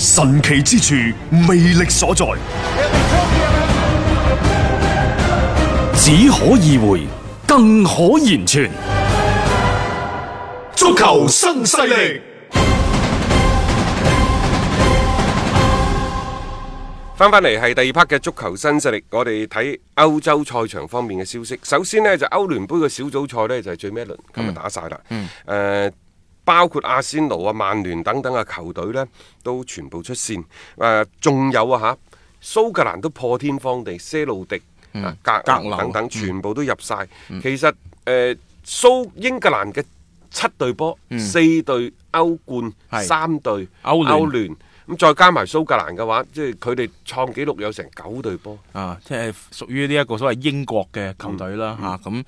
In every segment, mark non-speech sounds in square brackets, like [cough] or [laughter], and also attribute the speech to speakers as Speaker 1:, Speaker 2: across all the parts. Speaker 1: 神奇之處，魅力所在，
Speaker 2: 只可意會，更可言傳。
Speaker 3: 足球新勢力，
Speaker 4: 翻返嚟係第二 part 嘅足球新勢力，我哋睇歐洲賽場方面嘅消息。首先呢，就歐聯杯嘅小組賽呢，就係、最尾一輪，今日打晒啦。誒、
Speaker 5: 嗯
Speaker 4: 包括阿仙奴啊、曼聯等等嘅球隊呢，都全部出線。誒、仲有啊嚇，蘇格蘭都破天荒地，些路迪、啊、格
Speaker 5: 嗯格
Speaker 4: 蘭
Speaker 5: 蘭嗯
Speaker 4: 等等，全部都入晒。其實誒、呃蘇英格蘭嘅七隊波，四隊歐冠，
Speaker 5: 嗯係
Speaker 4: 三隊
Speaker 5: 歐聯
Speaker 4: 歐聯咁再加埋蘇格蘭嘅話，即係佢哋創紀錄有成九隊波，
Speaker 5: 啊，即係屬於呢一個所謂英國嘅球隊啦
Speaker 4: 嗯
Speaker 5: 嚇，咁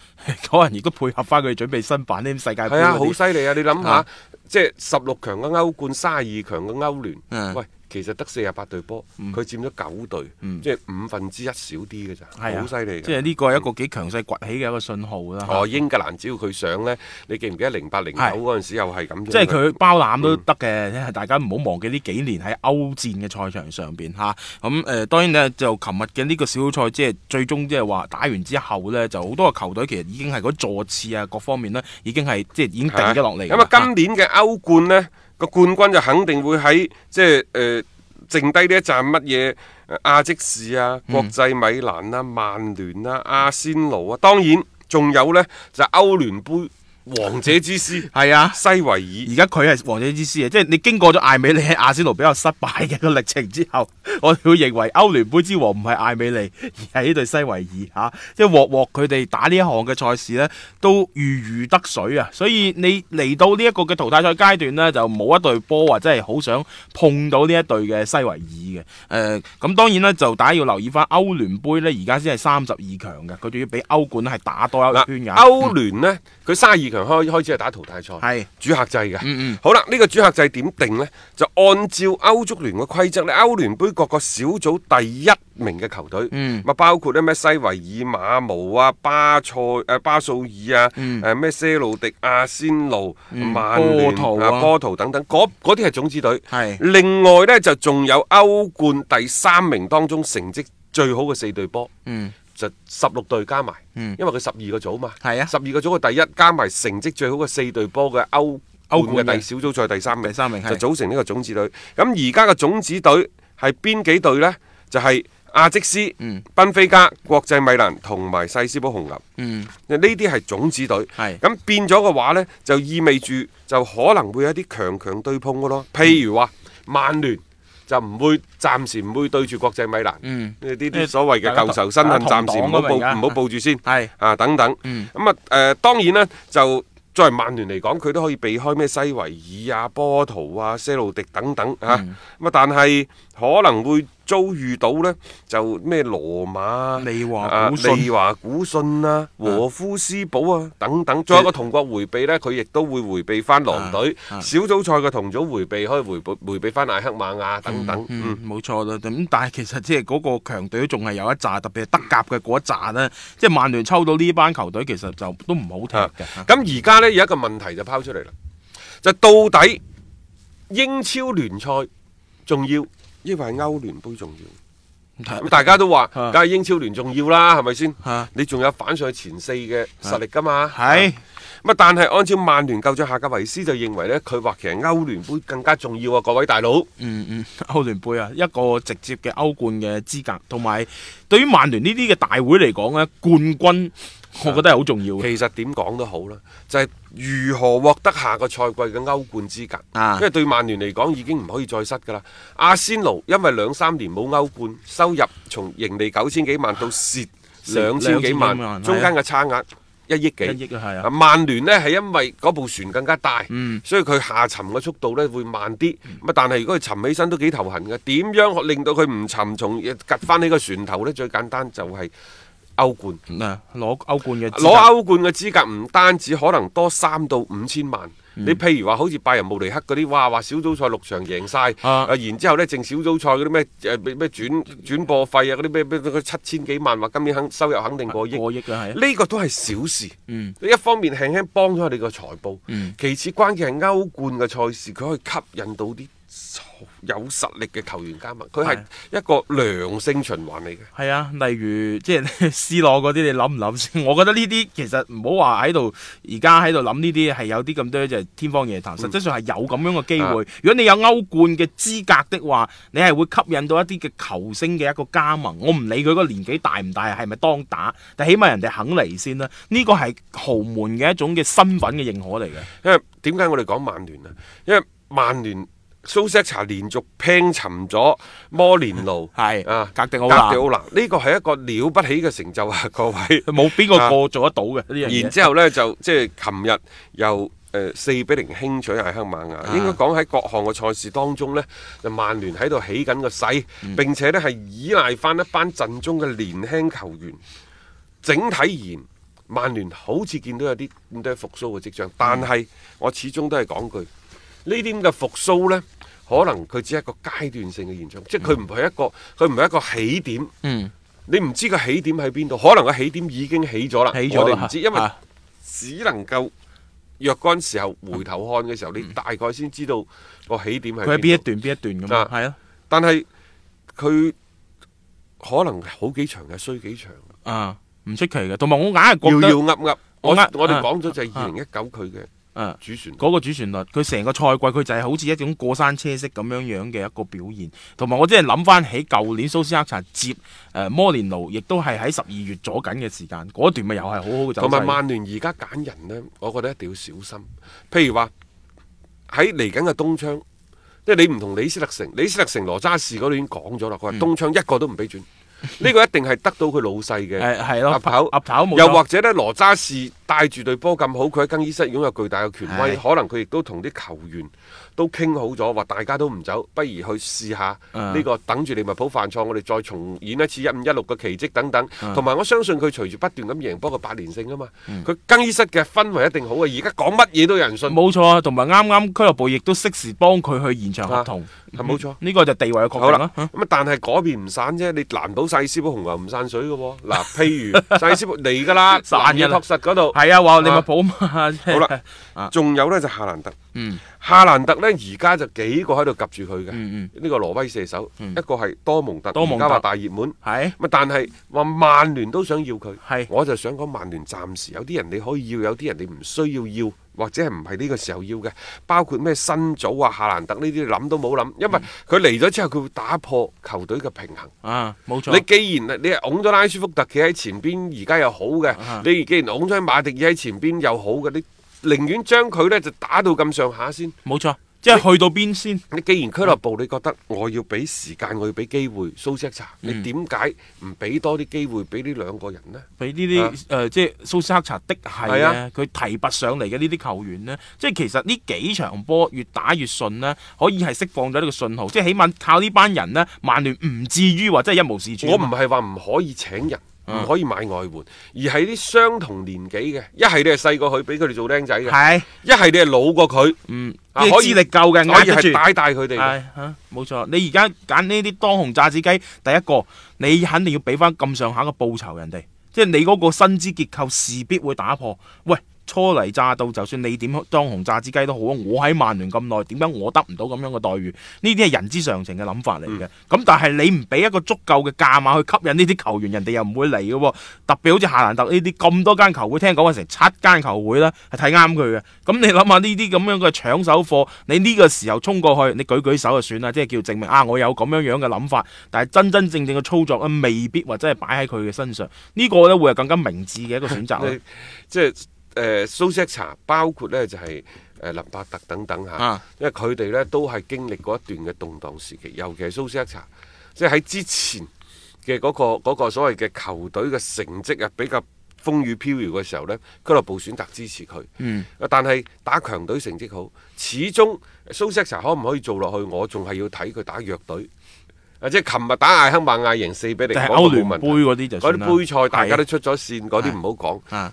Speaker 5: [laughs] 可能亦都配合翻佢哋準備申辦呢啲世界盃
Speaker 4: 係啊，
Speaker 5: 嗰啲
Speaker 4: 好犀利啊！你諗下
Speaker 5: 啊，
Speaker 4: 即係十六強嘅歐冠，三十二強嘅歐聯，
Speaker 5: 嗯
Speaker 4: 喂，其實得四十八隊波，佢佔咗九隊，即係五分之一少啲嘅咋，
Speaker 5: 嗯係啊
Speaker 4: 好犀利嘅。
Speaker 5: 即係呢個係一個幾強勢崛起嘅一個信號啦。嚇
Speaker 4: 哦，英格蘭只要佢上呢，你記唔記得零八零九
Speaker 5: 係
Speaker 4: 嗰陣時又係咁樣嘅？
Speaker 5: 即係佢包攬
Speaker 4: 嗯
Speaker 5: 都得嘅，因為大家唔好忘記呢幾年喺歐戰嘅賽場上邊嚇。咁誒、呃、當然咧，就琴日嘅呢個小組賽，即係最終即係話打完之後咧，就好多個球隊其實已經係嗰座次啊各方面咧，已經係即係已經定
Speaker 4: 係啊
Speaker 5: 咗落嚟㗎
Speaker 4: 咁
Speaker 5: 啦。
Speaker 4: 啊，今年嘅歐冠呢，個冠軍就肯定會喺即係誒、呃剩低呢一站乜嘢呃亞積士啊、
Speaker 5: 嗯
Speaker 4: 國際米蘭啊、曼聯啊、阿仙奴啊，當然仲有呢，就歐聯杯王者之師
Speaker 5: 係啊。
Speaker 4: 西維爾
Speaker 5: 而。家佢係王者之師啊！即係你經過咗艾美利喺阿仙奴比較失敗嘅一個歷程之後， [laughs] 我哋會認為歐聯杯之王唔係艾美利，而係呢對西維爾嚇、即係鑊鑊佢哋打呢一項嘅賽事呢，都如魚得水啊！所以你嚟到呢一個嘅淘汰賽階段呢，就冇一隊波話真係好想碰到呢一隊嘅西維爾嘅。誒、咁當然啦，就大家要留意翻歐聯杯呢，而家先係三十二強嘅，佢仲要比歐冠呢係打多一
Speaker 4: 嗱，
Speaker 5: 圈㗎。
Speaker 4: 歐聯呢，佢三十二強開開始係打淘汰賽，
Speaker 5: 係
Speaker 4: 主客制嘅。
Speaker 5: 嗯嗯
Speaker 4: 好啦，呢、個主客制點定呢？就按照歐足聯嘅規則呢，歐聯杯各個小組第一名嘅球隊，
Speaker 5: 嗯
Speaker 4: 咪包括呢咩西維爾、馬毛啊、巴塞、誒、巴素爾啊、誒咩、些路迪、阿仙奴、曼聯
Speaker 5: 嗯波圖啊
Speaker 4: 波圖等等，嗰嗰啲係種子隊。
Speaker 5: 係
Speaker 4: 另外呢，就仲有歐冠第三名當中成績最好嘅四隊波。
Speaker 5: 嗯。
Speaker 4: 就十六隊加埋，
Speaker 5: 嗯
Speaker 4: 因為佢十二個組嘛，
Speaker 5: 係啊
Speaker 4: 十二個組嘅第一加埋成績最好嘅四隊波嘅歐
Speaker 5: 歐
Speaker 4: 冠
Speaker 5: 冠
Speaker 4: 嘅
Speaker 5: 嘅
Speaker 4: 第小組賽第三名，
Speaker 5: 第三名
Speaker 4: 就
Speaker 5: 係
Speaker 4: 組成呢個種子隊。咁而家嘅種子隊係邊幾隊呢？就係、亞積斯、
Speaker 5: 嗯
Speaker 4: 賓菲加、國際米蘭同埋細斯堡紅牛，
Speaker 5: 嗯
Speaker 4: 呢啲係種子隊。
Speaker 5: 係
Speaker 4: 咁變咗嘅話呢，就意味住就可能會有一啲強強對碰嘅咯。
Speaker 5: 嗯
Speaker 4: 譬如話曼聯。就唔會暫時唔會對住國際米蘭，
Speaker 5: 嗯
Speaker 4: 呢啲所謂嘅舊仇新恨，
Speaker 5: 大家同
Speaker 4: 暫時唔好
Speaker 5: 大家
Speaker 4: 報
Speaker 5: 同黨㗎嘛而
Speaker 4: 唔
Speaker 5: 家
Speaker 4: 好報住先。
Speaker 5: 係
Speaker 4: 啊，等等。
Speaker 5: 嗯
Speaker 4: 咁啊，誒、當然啦，就作為曼聯嚟講，佢都可以避開咩西維爾啊、波圖啊、些路迪等等嚇。咁
Speaker 5: 嗯
Speaker 4: 啊，但係可能會遭遇到呢，就咩羅馬啊、
Speaker 5: 利華
Speaker 4: 啊
Speaker 5: 古信
Speaker 4: 利華古信啊、和夫斯堡啊等等。再一個同國迴避呢，佢亦都會迴避翻狼隊。
Speaker 5: 啊啊
Speaker 4: 小組賽嘅同組迴避，可以迴避迴避翻艾克馬亞等等。嗯
Speaker 5: 嗯，冇錯啦。咁但係其實即係嗰個強隊都仲係有一紮，特別係德甲嘅嗰一紮呢。即係曼聯抽到呢班球隊，其實就都唔好踢
Speaker 4: 啊
Speaker 5: 嘅。
Speaker 4: 咁而家呢，有一個問題就拋出嚟啦，就到底英超聯賽重要，抑或係歐聯杯重要？咁大家都話，
Speaker 5: 啊
Speaker 4: 梗係英超聯重要啦，係咪先
Speaker 5: 啊？
Speaker 4: 你仲有反上前四嘅實力㗎嘛？
Speaker 5: 係
Speaker 4: 啊咁啊，但係按照曼聯舊將夏格維斯就認為呢，佢話其實歐聯杯更加重要啊，各位大佬。
Speaker 5: 嗯嗯， [laughs] 歐聯杯啊，一個直接嘅歐冠嘅資格，同埋對於曼聯呢啲嘅大會嚟講呢，冠軍我覺得係好重要嘅。
Speaker 4: 其實點講都好啦，就係、如何獲得下個賽季嘅歐冠資格。
Speaker 5: 啊
Speaker 4: 因為對曼聯嚟講已經唔可以再失㗎啦。阿仙奴因為兩三年冇歐冠，收入從盈利九千幾萬到蝕兩千幾
Speaker 5: 啊兩千幾
Speaker 4: 萬，
Speaker 5: 萬啊
Speaker 4: 中間嘅差額。一億幾，
Speaker 5: 一億啊係嗯啊
Speaker 4: 曼聯呢係因為嗰部船更加大，所以佢下沉嘅速度呢會慢啲。咁啊，但係如果佢沉起身都幾頭痕嘅。點樣令到佢唔沉，從呃趌翻起個船頭呢？最簡單就係歐冠。
Speaker 5: 嗱，嗯啊攞歐冠嘅資格
Speaker 4: 啊攞歐冠嘅資格唔單止可能多三到五千萬。你譬如話好似拜仁慕尼黑嗰啲，哇話小組賽六場贏晒，
Speaker 5: 啊
Speaker 4: 啊然之後呢，淨小組賽嗰啲咩誒咩咩轉轉播費啊嗰啲咩咩咩七千幾萬，話今年肯收入肯定過億，
Speaker 5: 過億啊係啊
Speaker 4: 呢個都係小事。一方面輕輕幫咗你個財報，其次關鍵係歐冠嘅賽事，佢可以吸引到啲有實力嘅球員加盟，佢係一個良性循環嚟嘅。
Speaker 5: 係啊，例如 [laughs] 即係 C 朗嗰啲，你諗唔諗先？ [laughs] 我覺得呢啲其實唔好話喺度，而家喺度諗呢啲係有啲咁多就係天方夜譚。實質上係有咁樣嘅機會。如果你有歐冠嘅資格的話，你係會吸引到一啲嘅球星嘅一個加盟。我唔理佢個年紀大唔大，係咪當打，但起碼人哋肯嚟先啦。呢個係豪門嘅一種嘅身份嘅認可嚟嘅。
Speaker 4: 因為點解我哋講曼聯啊？因為曼聯蘇斯查連續拼沉咗摩連奴，
Speaker 5: 係
Speaker 4: 啊，
Speaker 5: 格迪奧拿
Speaker 4: 格迪奧拿呢個係一個了不起嘅成就啊！各位，
Speaker 5: 冇邊個個做得到嘅呢樣嘢。
Speaker 4: 然之後呢，就即係琴日又誒四比零輕取艾克馬亞，
Speaker 5: 啊
Speaker 4: 應該講喺各項嘅賽事當中呢，就曼聯喺度起緊個勢，
Speaker 5: 嗯
Speaker 4: 並且呢係依賴翻一班陣中嘅年輕球員。整體而言，曼聯好似見到有啲咁多復甦嘅跡
Speaker 5: 嗯
Speaker 4: 象，但係我始終都係講句，呢啲咁嘅復甦呢，可能佢只係一個階段性嘅現
Speaker 5: 嗯
Speaker 4: 象，即係佢唔係一個佢唔係一個起點。嗯。你唔知個起點喺邊度，可能個起點已經起咗啦，
Speaker 5: 起咗啦
Speaker 4: 我哋唔知，因為
Speaker 5: 啊
Speaker 4: 只能夠若干時候回頭看嘅時候，你大概先知道個起點係
Speaker 5: 嗯佢喺邊一
Speaker 4: 度
Speaker 5: 段邊一段咁啊，
Speaker 4: 啊
Speaker 5: 係啊，
Speaker 4: 但係佢可能好幾場嘅衰幾場。
Speaker 5: 啊唔出奇嘅。同埋我硬係覺
Speaker 4: 搖搖噏
Speaker 5: 得，
Speaker 4: 噏。我
Speaker 5: 我呃
Speaker 4: 我哋
Speaker 5: 啊
Speaker 4: 講咗就係
Speaker 5: 啊
Speaker 4: 二零一九佢嘅
Speaker 5: 啊
Speaker 4: 主旋律。
Speaker 5: 嗰個主旋律，佢成個賽季佢就係好似一種過山車式咁樣樣嘅一個表現，同埋我真係諗翻起舊年蘇斯克查接誒、呃摩連奴，亦都係喺十二月左緊嘅時間，嗰段咪又係好好嘅走
Speaker 4: 同
Speaker 5: 勢
Speaker 4: 埋曼聯而家揀人呢，我覺得一定要小心。譬如話喺嚟緊嘅東窗，即係你唔同李斯特城，李斯特城羅渣士嗰度已經講咗啦，佢話
Speaker 5: 嗯
Speaker 4: 東窗一個都唔俾轉，呢個一定係得到佢老細嘅
Speaker 5: 誒係
Speaker 4: 岌
Speaker 5: 咯
Speaker 4: 頭
Speaker 5: 岌頭冇
Speaker 4: 啊
Speaker 5: 錯
Speaker 4: 又或者呢，羅渣士帶住隊波咁好，佢喺更衣室擁有巨大嘅權威，
Speaker 5: 係
Speaker 4: 可能佢亦都同啲球員都傾好咗，話大家都唔走，不如去試下
Speaker 5: 嗯
Speaker 4: 呢個等住利物浦犯錯，我哋再重演一次一五一六嘅奇蹟等等。
Speaker 5: 啊
Speaker 4: 同埋我相信佢隨住不斷咁贏波嘅八連勝啊嘛，佢更衣室嘅氛圍一定好啊！而家講乜嘢都有人信。
Speaker 5: 嗯冇錯啊，同埋啱啱俱樂部亦都適時幫佢去延長合同，
Speaker 4: 啊
Speaker 5: 嗯
Speaker 4: 係冇錯
Speaker 5: 呢個就地位嘅確
Speaker 4: 好啦，
Speaker 5: 定啦。
Speaker 4: 咁啊，但係嗰邊唔散啫，你難保細斯堡紅牛唔散水嘅喎。嗱，譬如細斯
Speaker 5: [laughs]
Speaker 4: 堡嚟㗎啦，
Speaker 5: 散
Speaker 4: 難
Speaker 5: 㗎
Speaker 4: 以
Speaker 5: 啦
Speaker 4: 托實嗰度。
Speaker 5: 係啊，話利物浦嘛，好
Speaker 4: 好
Speaker 5: [laughs]
Speaker 4: 啦，
Speaker 5: 啊
Speaker 4: 仲有呢就夏蘭特，
Speaker 5: 嗯
Speaker 4: 夏蘭特呢而家就幾個喺度及住佢嘅，呢個挪威射手，一個係多蒙特，
Speaker 5: 嗯多蒙
Speaker 4: 而家
Speaker 5: 特
Speaker 4: 話大熱門，
Speaker 5: 係
Speaker 4: 咁但係話曼聯都想要佢
Speaker 5: 係，
Speaker 4: 我就想講曼聯暫時有啲人你可以要，有啲人你唔需要要。或者係唔係呢個時候要嘅，包括咩新組啊、夏蘭特呢啲諗都冇諗，因
Speaker 5: 嗯
Speaker 4: 為佢嚟咗之後，佢會打破球隊嘅平衡。
Speaker 5: 啊，冇錯。
Speaker 4: 你既然你係拱咗拉舒福特企喺前邊，而家又好嘅，
Speaker 5: 啊
Speaker 4: 你既然拱咗馬迪爾喺前邊又好嘅，你寧願將佢呢就打到咁上下先。
Speaker 5: 冇錯，即係去到邊先？
Speaker 4: 你既然俱樂部你覺得我要俾時間，我要俾機會蘇斯克查，
Speaker 5: 嗯
Speaker 4: 你點解唔俾多啲機會俾呢兩個人呢？
Speaker 5: 俾呢啲誒，即係蘇斯克查的係
Speaker 4: 啊係
Speaker 5: 咧
Speaker 4: 啊，
Speaker 5: 佢提拔上嚟嘅呢啲球員呢，即係其實呢幾場波越打越順呢，可以係釋放咗呢個信號，即係起碼靠呢班人呢，曼聯唔至於話真係一無是處。
Speaker 4: 我唔係啊話唔可以請人，
Speaker 5: 啊
Speaker 4: 唔可以買外援，而係啲相同年紀嘅，一係你係細過佢，俾佢哋做僆仔嘅；
Speaker 5: 係，
Speaker 4: 一係你係老過佢，
Speaker 5: 嗯，
Speaker 4: 啊
Speaker 5: 即係
Speaker 4: 可以
Speaker 5: 資歷夠嘅，
Speaker 4: 可以
Speaker 5: 壓得住
Speaker 4: 係。帶帶佢哋嘅。
Speaker 5: 係嚇，啊冇錯。你而家揀呢啲當紅炸子雞，第一個你肯定要俾翻咁上下嘅報酬人哋，即係你嗰個薪資結構事必會打破。喂，初嚟乍到，就算你點當紅炸子雞都好啊，我喺曼聯咁耐，點解我得唔到咁樣嘅待遇？呢啲係人之常情嘅諗法嚟
Speaker 4: 嗯
Speaker 5: 嘅。咁、但係你唔俾一個足夠嘅價碼去吸引呢啲球員，人哋又唔會嚟嘅喎。特別好似夏蘭特呢啲咁多間球會，聽講話成七間球會啦，係睇啱佢嘅。咁你諗下呢啲咁樣嘅搶手貨，你呢個時候衝過去，你舉舉手就算啦，即係叫證明啊，我有咁樣樣嘅諗法。但係真真正正嘅操作咧，未必或者係擺喺佢嘅身上。呢、個咧會係更加明智嘅一個選擇啊咯
Speaker 4: 你。即係誒蘇斯克查，包括呢就係、誒林伯特等等嚇，
Speaker 5: 啊
Speaker 4: 因為佢哋呢都係經歷過一段嘅動盪時期，尤其係蘇斯克查，即係喺之前嘅嗰、個嗰個所謂嘅球隊嘅成績啊，比較風雨飄搖嘅時候呢，俱樂部選擇支持佢。嗯，但係打強隊成績好，始終蘇斯查可唔可以做落去，我仲係要睇佢打弱隊。啊！即係琴日打艾亨曼艾贏四比零，
Speaker 5: 但係
Speaker 4: 嗰個
Speaker 5: 歐聯
Speaker 4: 冇問題
Speaker 5: 杯嗰啲就
Speaker 4: 嗰
Speaker 5: 算啦
Speaker 4: 啲杯賽大
Speaker 5: 係
Speaker 4: 家都出咗線，嗰啲唔好
Speaker 5: 啊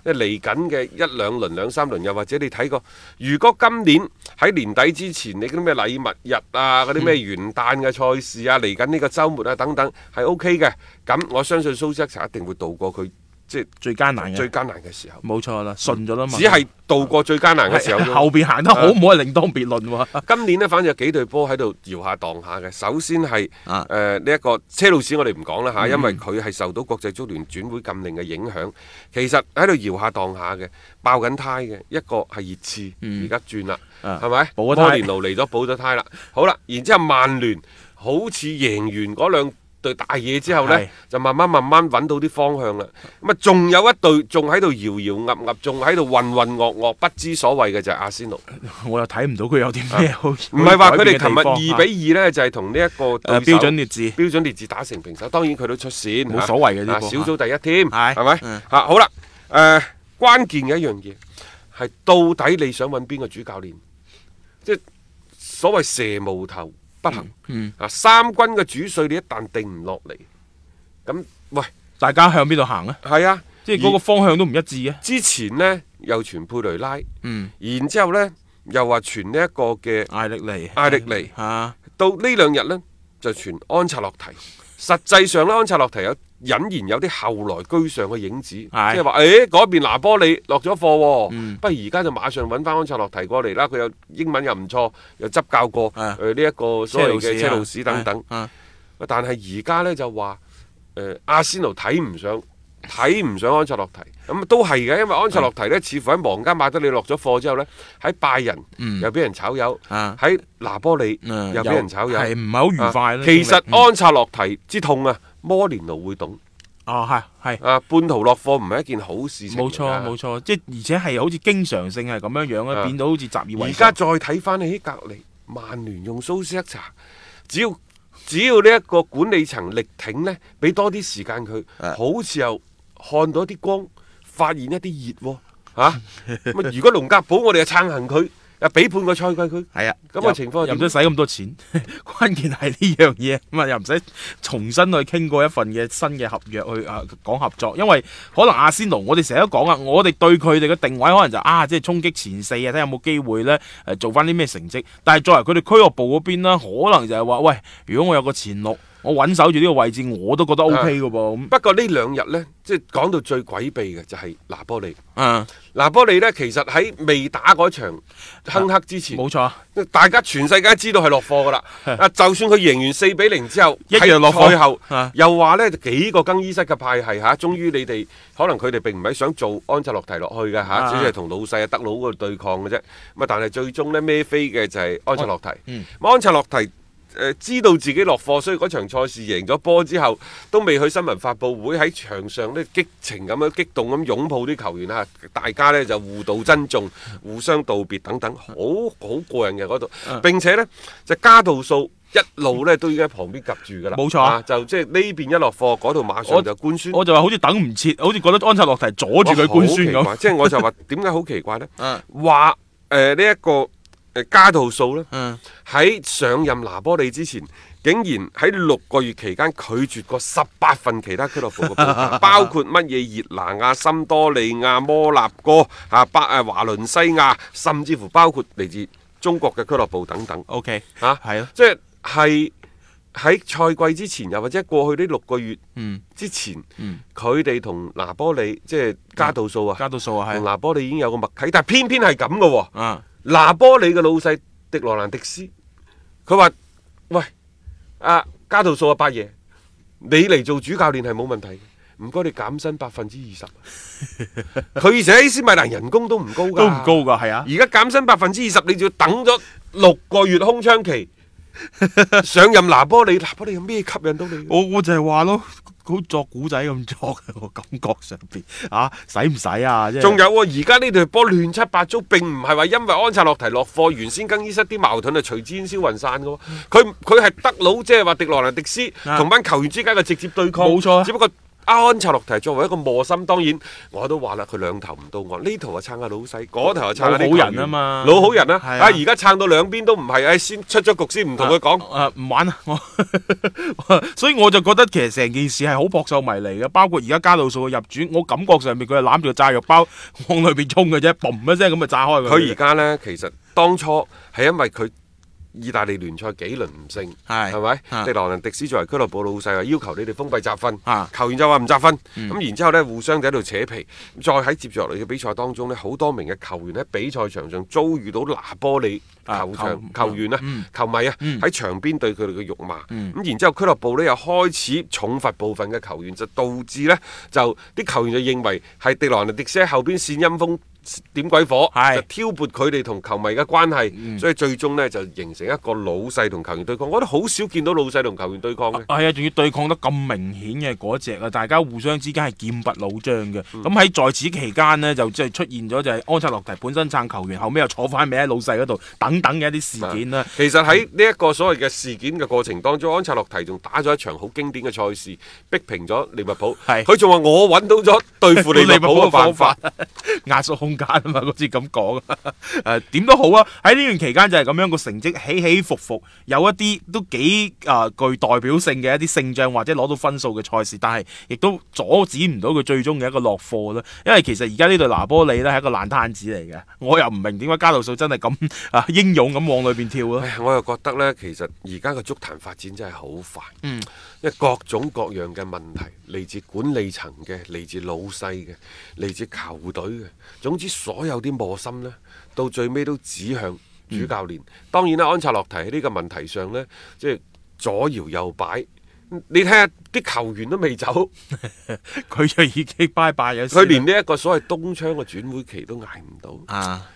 Speaker 4: 講。即係嚟緊嘅一兩輪、兩三輪，又或者你睇過，如果今年喺年底之前，你嗰啲咩禮物日啊、
Speaker 5: 嗯
Speaker 4: 嗰啲咩元旦嘅賽事啊、嚟緊呢個週末啊等等，係 O K 嘅。咁我相信蘇斯克查一定會度過佢即係
Speaker 5: 最艱難嘅
Speaker 4: 最艱難嘅時候。
Speaker 5: 冇錯啦，順咗啦嘛。
Speaker 4: 只
Speaker 5: [laughs]
Speaker 4: 係度過最艱難嘅時候啫。
Speaker 5: 後邊行得好唔好係另當別論喎。
Speaker 4: 今年呢，反正有幾隊波喺度搖下盪下嘅。首先係
Speaker 5: 啊嗯
Speaker 4: 誒呢一個車路士，我哋唔講啦嚇，因為佢係受到國際足聯轉會禁令嘅影響。其實喺度搖下盪下嘅，爆緊胎嘅一個係熱刺，而家轉啦，
Speaker 5: 嗯啊
Speaker 4: 係咪？
Speaker 5: 補
Speaker 4: 摩
Speaker 5: 咗胎
Speaker 4: 連奴嚟咗，補咗胎啦。好啦，然之後曼聯好似贏完嗰兩隊大嘢之後呢
Speaker 5: 係，
Speaker 4: 就慢慢慢慢揾到啲方向啦。咁啊，仲有一隊仲喺度搖搖噏噏，仲喺度混混噩噩，不知所謂嘅就係阿仙奴。
Speaker 5: 我又睇唔到佢有啲咩好。唔
Speaker 4: 啊唔係話佢哋琴日二比二呢，就係同呢一個對
Speaker 5: 啊誒
Speaker 4: 手
Speaker 5: 標準列治
Speaker 4: 標準列治打成平手。當然佢都出線，
Speaker 5: 冇
Speaker 4: 嚇
Speaker 5: 所謂嘅呢
Speaker 4: 啊
Speaker 5: 個
Speaker 4: 小組第一添，
Speaker 5: 係
Speaker 4: 係咪
Speaker 5: 嗯？
Speaker 4: 嚇好啦，誒關鍵嘅一樣嘢係到底你想揾邊個主教練？即係所謂蛇無頭不行
Speaker 5: 嗯
Speaker 4: 啊！三軍嘅主帥你一旦定唔落嚟，咁喂
Speaker 5: 大家向邊度行啊？
Speaker 4: 係啊，
Speaker 5: 即係嗰個
Speaker 4: 而
Speaker 5: 方向都唔一致嘅。
Speaker 4: 之前呢，又傳佩雷拉，
Speaker 5: 嗯，
Speaker 4: 然之後呢，又話傳呢一個嘅
Speaker 5: 艾力尼，
Speaker 4: 艾力尼。
Speaker 5: 啊，
Speaker 4: 到呢兩日呢，就傳安察洛提。實際上呢，安察洛提有隱然有啲後來居上嘅影子，即
Speaker 5: 係
Speaker 4: 係話誒嗰邊拿波利落咗課喎，不如而家就馬上揾翻安察洛提過嚟啦。佢又英文又唔錯，又執教過誒
Speaker 5: 啊
Speaker 4: 呢一個所謂嘅車路士等等。
Speaker 5: 啊，
Speaker 4: 但係而家呢，就話誒、呃阿仙奴睇唔上。睇唔上安察洛提，咁都係嘅，因為安察洛提呢，似乎喺皇家馬德里落咗課之後呢，喺拜仁又俾人炒魷，
Speaker 5: 啊
Speaker 4: 喺拿波利
Speaker 5: 嗯
Speaker 4: 又俾人炒魷，
Speaker 5: 係唔係好愉快
Speaker 4: 啊
Speaker 5: 咧？
Speaker 4: 其實
Speaker 5: 經歷
Speaker 4: 安察洛提之痛啊，摩連奴會懂
Speaker 5: 啊係係。
Speaker 4: 啊，半途落課唔係一件好事情嚟㗎。
Speaker 5: 冇錯冇錯，即係而且係好似經常性係咁樣樣咧，
Speaker 4: 啊
Speaker 5: 變到好似習以為
Speaker 4: 而
Speaker 5: 常
Speaker 4: 家再睇翻喺隔離，曼聯用蘇斯克查，只要只要呢一個管理層力挺呢，俾多啲時間佢，好似又看到一啲光，發現一啲熱喎、啊咁啊如果龍格堡我哋就撐行佢，啊俾半個賽季佢。
Speaker 5: 係啊，
Speaker 4: 咁嘅情況係
Speaker 5: 又
Speaker 4: 點
Speaker 5: 唔使使咁多錢， [laughs] 關鍵係呢樣嘢咁啊，又唔使重新去傾過一份嘅新嘅合約去啊講合作，因為可能阿仙奴我哋成日都講啊，我哋對佢哋嘅定位可能就啊即係衝擊前四啊，睇下有冇機會呢，誒做翻啲咩成績，但係作為佢哋俱樂部嗰邊啦，可能就係話喂，如果我有個前六，我穩守住呢個位置，我都覺得 O K 嘅噃咁
Speaker 4: 不過呢兩日呢，即係講到最詭秘嘅就係拿波利。
Speaker 5: 啊，
Speaker 4: 拿波利呢，其實喺未打嗰場亨克之前，
Speaker 5: 啊冇錯。
Speaker 4: 大家全世界都知道係落課噶啦。啊，就算佢贏完四比零之後，
Speaker 5: 一樣落課
Speaker 4: 喺賽後
Speaker 5: 啊
Speaker 4: 又話呢幾個更衣室嘅派系嚇，終於你哋可能佢哋並唔係想做安切洛提落去嘅嚇，
Speaker 5: 啊
Speaker 4: 只係同老細啊德佬嗰度對抗嘅啫。咁啊，但係最終呢，孭飛嘅就係安切洛提。
Speaker 5: 嗯
Speaker 4: 咁安切洛提。誒知道自己落課，所以嗰場賽事贏咗波之後，都未去新聞發佈會，喺場上呢激情咁樣激動咁擁抱啲球員啊，大家呢就互道珍重、互相道別等等，好好過癮嘅嗰度。
Speaker 5: 啊
Speaker 4: 並且呢，就加道數一路呢都已經喺旁邊夾住㗎啦，
Speaker 5: 冇錯
Speaker 4: 啊就即係呢邊一落課，嗰度馬上就官宣。
Speaker 5: 我就話好似等唔切，好似覺得安察洛提阻住佢官宣
Speaker 4: 哇好奇怪
Speaker 5: 咁。
Speaker 4: 即係我就話 [laughs] 點解好奇怪呢
Speaker 5: 嗯？
Speaker 4: 話誒呢一個誒加道數呢。
Speaker 5: 嗯，
Speaker 4: 喺上任拿波利之前，竟然喺六個月期間拒絕過十八份其他俱樂部嘅報
Speaker 5: [laughs]
Speaker 4: 價，包括乜嘢熱拿亞、森多利亞、摩納哥、啊巴誒華倫西亞，甚至乎包括嚟自中國嘅俱樂部等等。
Speaker 5: O K，
Speaker 4: 嚇、
Speaker 5: 係啊咯
Speaker 4: 啊即係係喺賽季之前，又或者過去呢六個月
Speaker 5: 嗯
Speaker 4: 之前，佢哋同拿波利即係加度數啊，
Speaker 5: 加到數啊，
Speaker 4: 同
Speaker 5: 係
Speaker 4: 拿波利已經有個默契，但係偏偏係咁嘅喎。
Speaker 5: 啊，
Speaker 4: 拿波里嘅老細迪羅蘭迪斯，佢話：喂，啊加道數啊，八爺，你嚟做主教練係冇問題嘅，唔該你減薪百分之二十。啊
Speaker 5: [laughs]
Speaker 4: 佢而且喺斯米蘭人工都唔高㗎，
Speaker 5: 都唔高。㗎，係啊。
Speaker 4: 而家減薪百分之二十，你就要等咗六個月空窗
Speaker 5: [laughs]
Speaker 4: 期。上任拿波里，拿波里有咩吸引到你？
Speaker 5: 我我就係話咯，好作古仔咁作嘅，我感覺上邊啊，使唔使啊？即係
Speaker 4: 仲有喎，而家呢隊波亂七八糟，並唔係話因為安察洛提落課，原先更衣室啲矛盾啊係隨之煙消雲散嘅喎。佢佢係德佬，即係話迪羅蘭迪斯
Speaker 5: 啊
Speaker 4: 同班球員之間嘅直接對抗，
Speaker 5: 冇錯啊
Speaker 4: 只不過安切洛提作為一個磨心，當然我都話啦，佢兩頭唔到岸，呢頭啊撐下老細，嗰頭啊撐下啲
Speaker 5: 老好人啊
Speaker 4: 球員
Speaker 5: 嘛
Speaker 4: 老好人啊，
Speaker 5: 係
Speaker 4: 啊
Speaker 5: 啊
Speaker 4: 而家撐到兩邊都唔係，誒先出咗局先唔同佢講。
Speaker 5: 诶啊唔玩啦，我所以我 [laughs] 就覺得其實成件事係好撲朔迷離嘅，包括而家加路數嘅入主，我感覺上面佢係攬住個炸藥包往裏邊衝嘅啫，嘣一聲咁就炸開
Speaker 4: 佢而
Speaker 5: 佢。
Speaker 4: 家呢，其實當初係因為佢意大利聯賽幾輪唔勝，
Speaker 5: 係
Speaker 4: 係咪？
Speaker 5: 啊
Speaker 4: 迪羅倫迪斯作為俱樂部老細話啊要求你哋封閉集訓，
Speaker 5: 啊
Speaker 4: 球員就話唔集訓，咁、
Speaker 5: 嗯
Speaker 4: 然之後呢，互相就喺度扯皮。再喺接住落嚟嘅比賽當中呢，好多名嘅球員喺比賽場上遭遇到拿波利。
Speaker 5: 啊
Speaker 4: 球場
Speaker 5: 球嗯
Speaker 4: 球員啊，球迷啊，喺場邊對佢哋嘅辱罵，咁然之後俱樂部呢又開始重罰部分嘅球員，就導致呢，就啲球員就認為係迪羅尼迪斯喺後邊煽陰風。點鬼火，
Speaker 5: 係
Speaker 4: 就挑撥佢哋同球迷嘅關係，所以最終呢就形成一個老細同球員對抗。我覺得好少見到老細同球員對抗嘅。
Speaker 5: 係啊，仲要對抗得咁明顯嘅嗰只啊，大家互相之間係劍拔弩張嘅。
Speaker 4: 嗯
Speaker 5: 咁喺、在此期間呢，就即係出現咗就係安察洛提本身撐球員，後尾又坐翻名喺老細嗰度，等等嘅一啲事件啊啦。
Speaker 4: 啊其實喺呢一個所謂嘅事件嘅過程當中，安察洛提仲打咗一場好經典嘅賽事，逼平咗利物浦。
Speaker 5: 係
Speaker 4: 佢仲話我揾到咗
Speaker 5: [laughs]
Speaker 4: 對付利物浦嘅辦法。，
Speaker 5: 壓縮空間啊嘛，好似咁講啊。誒點都好啊，喺呢段期間就係咁樣個成績起起伏伏，有一啲都幾啊、具代表性嘅一啲勝仗或者攞到分數嘅賽事，但係亦都阻止唔到佢最終嘅一個落課啦。因為其實而家呢隊拿波利呢係一個爛攤子嚟嘅， [laughs] 我又唔明點解加道數真係咁啊英勇咁往裏邊跳啊咯。
Speaker 4: [laughs] 唉，我又覺得呢，其實而家嘅足壇發展真係好快，嗯，因為各種各樣嘅問題，嚟自管理層嘅，嚟自老細嘅，嚟自球隊嘅，總之所有啲磨心呢，到最尾都指向主教練。當然啦，安察洛提喺呢個問題上呢，即係左搖右擺。你睇下啲球員都未走，
Speaker 5: 佢就已經拜拜有
Speaker 4: 佢連呢一個所謂東窗嘅轉會期都捱唔到。
Speaker 5: 啊。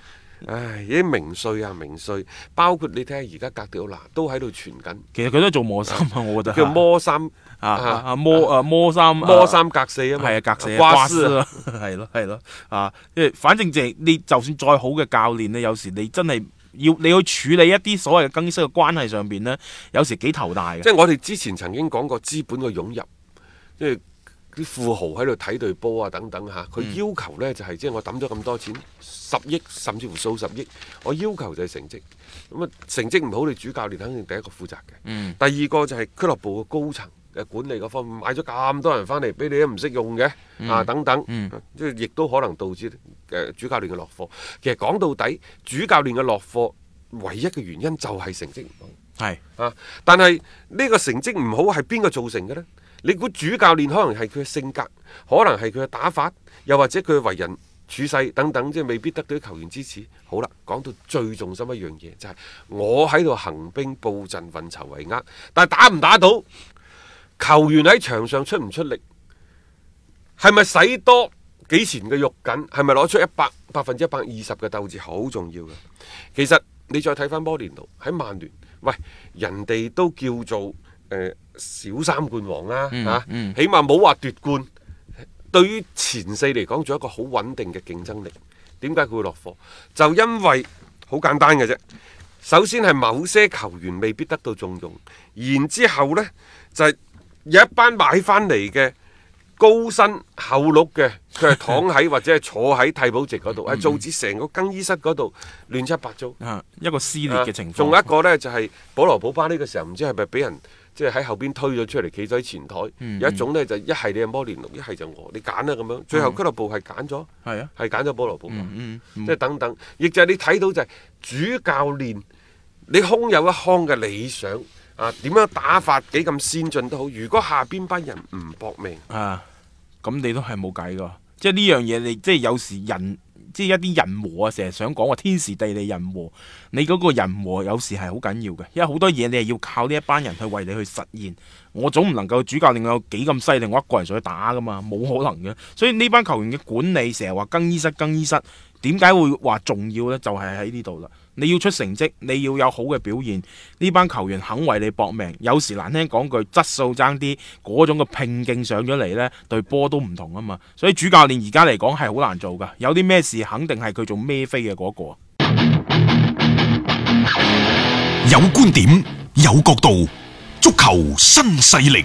Speaker 4: 唉，啲名帥啊，名帥，包括你睇下而家格迪奧拿都喺度傳緊。
Speaker 5: 其實佢都係做磨心啊，我覺得
Speaker 4: 叫魔三
Speaker 5: 啊啊魔啊魔三
Speaker 4: 魔三格四啊嘛，
Speaker 5: 係啊，格死
Speaker 4: 瓜
Speaker 5: 瓜
Speaker 4: 斯
Speaker 5: 絲
Speaker 4: 啊
Speaker 5: 啊， [laughs] 係咯係咯啊！即係反正就係你就算再好嘅教練咧，有時你真係要你去處理一啲所謂嘅更衣室嘅關係上邊咧，有時幾頭大嘅
Speaker 4: 即。係我哋之前曾經講過資本嘅湧入，即係啲富豪喺度睇對波啊等等嚇，佢要求呢就係即係我抌咗咁多錢，十億甚至乎數十億，我要求就係成績。咁啊成績唔好，你主教練肯定第一個負責嘅。第二個就係俱樂部嘅高層。嘅管理嗰方面買咗咁多人翻嚟，俾你都唔識用嘅、啊等等，即係亦都可能導致誒、呃主教練嘅落課。其實講到底，主教練嘅落課唯一嘅原因就係成績唔好。
Speaker 5: 係
Speaker 4: 啊！但係呢個成績唔好係邊個造成嘅呢？你估主教練可能係佢嘅性格，可能係佢嘅打法，又或者佢嘅為人處世等等，即係未必得到球員支持。好啦，講到最重心一樣嘢，就係、我喺度行兵布陣、運籌帷幄，但係打唔打到球員喺場上出唔出力，係咪使多幾錢嘅肉緊？係咪攞出一百百分之一百二十嘅鬥志好重要嘅？其實你再睇翻摩連奴喺曼聯，喂，人哋都叫做誒、小三冠王啦、嚇、起碼冇話奪冠。對於前四嚟講，仲有一個好穩定嘅競爭力。點解佢會落課？就因為好簡單嘅啫。首先係某些球員未必得到重用，然之後呢，就係、有一班買翻嚟嘅高薪厚祿嘅，佢係躺喺或者係坐喺替補席嗰度，係造至成個更衣室嗰度亂七八糟。
Speaker 5: 啊，一個撕裂
Speaker 4: 啊
Speaker 5: 嘅情況。
Speaker 4: 仲有一個呢，就係、保羅普巴呢個時候唔知係咪俾人即係喺後邊推咗出嚟，企咗喺前台。
Speaker 5: 嗯
Speaker 4: 有一種呢，就一係你係摩連奴，一係就我，你揀啦咁樣。最後俱樂部係揀咗，
Speaker 5: 嗯係啊
Speaker 4: 係
Speaker 5: 嗯
Speaker 4: 揀咗保羅普巴，即係等等。亦就係你睇到就係主教練，你空有一腔嘅理想啊，點樣打法幾咁先進都好，如果下邊班人唔搏命。
Speaker 5: 啊，咁你都係冇計噶。即係呢樣嘢，你即係有時人，即係一啲人和啊，成日想講話天時地利人和。你嗰個人和有時係好緊要嘅，因為好多嘢你係要靠呢一班人去為你去實現。我總唔能夠主教練有幾咁犀利，我一個人上去打噶嘛，冇可能嘅。所以呢班球員嘅管理成日話更衣室更衣室，點解會話重要呢？就係喺呢度啦。你要出成績，你要有好嘅表現，呢班球員肯為你搏命。有時難聽講句，質素爭啲，嗰種嘅拼勁上咗嚟呢，對波都唔同啊嘛。所以主教練而家嚟講係好難做噶，有啲咩事肯定係佢做孭飛嘅嗰、個。啊
Speaker 3: 有觀點，有角度，足球新勢力。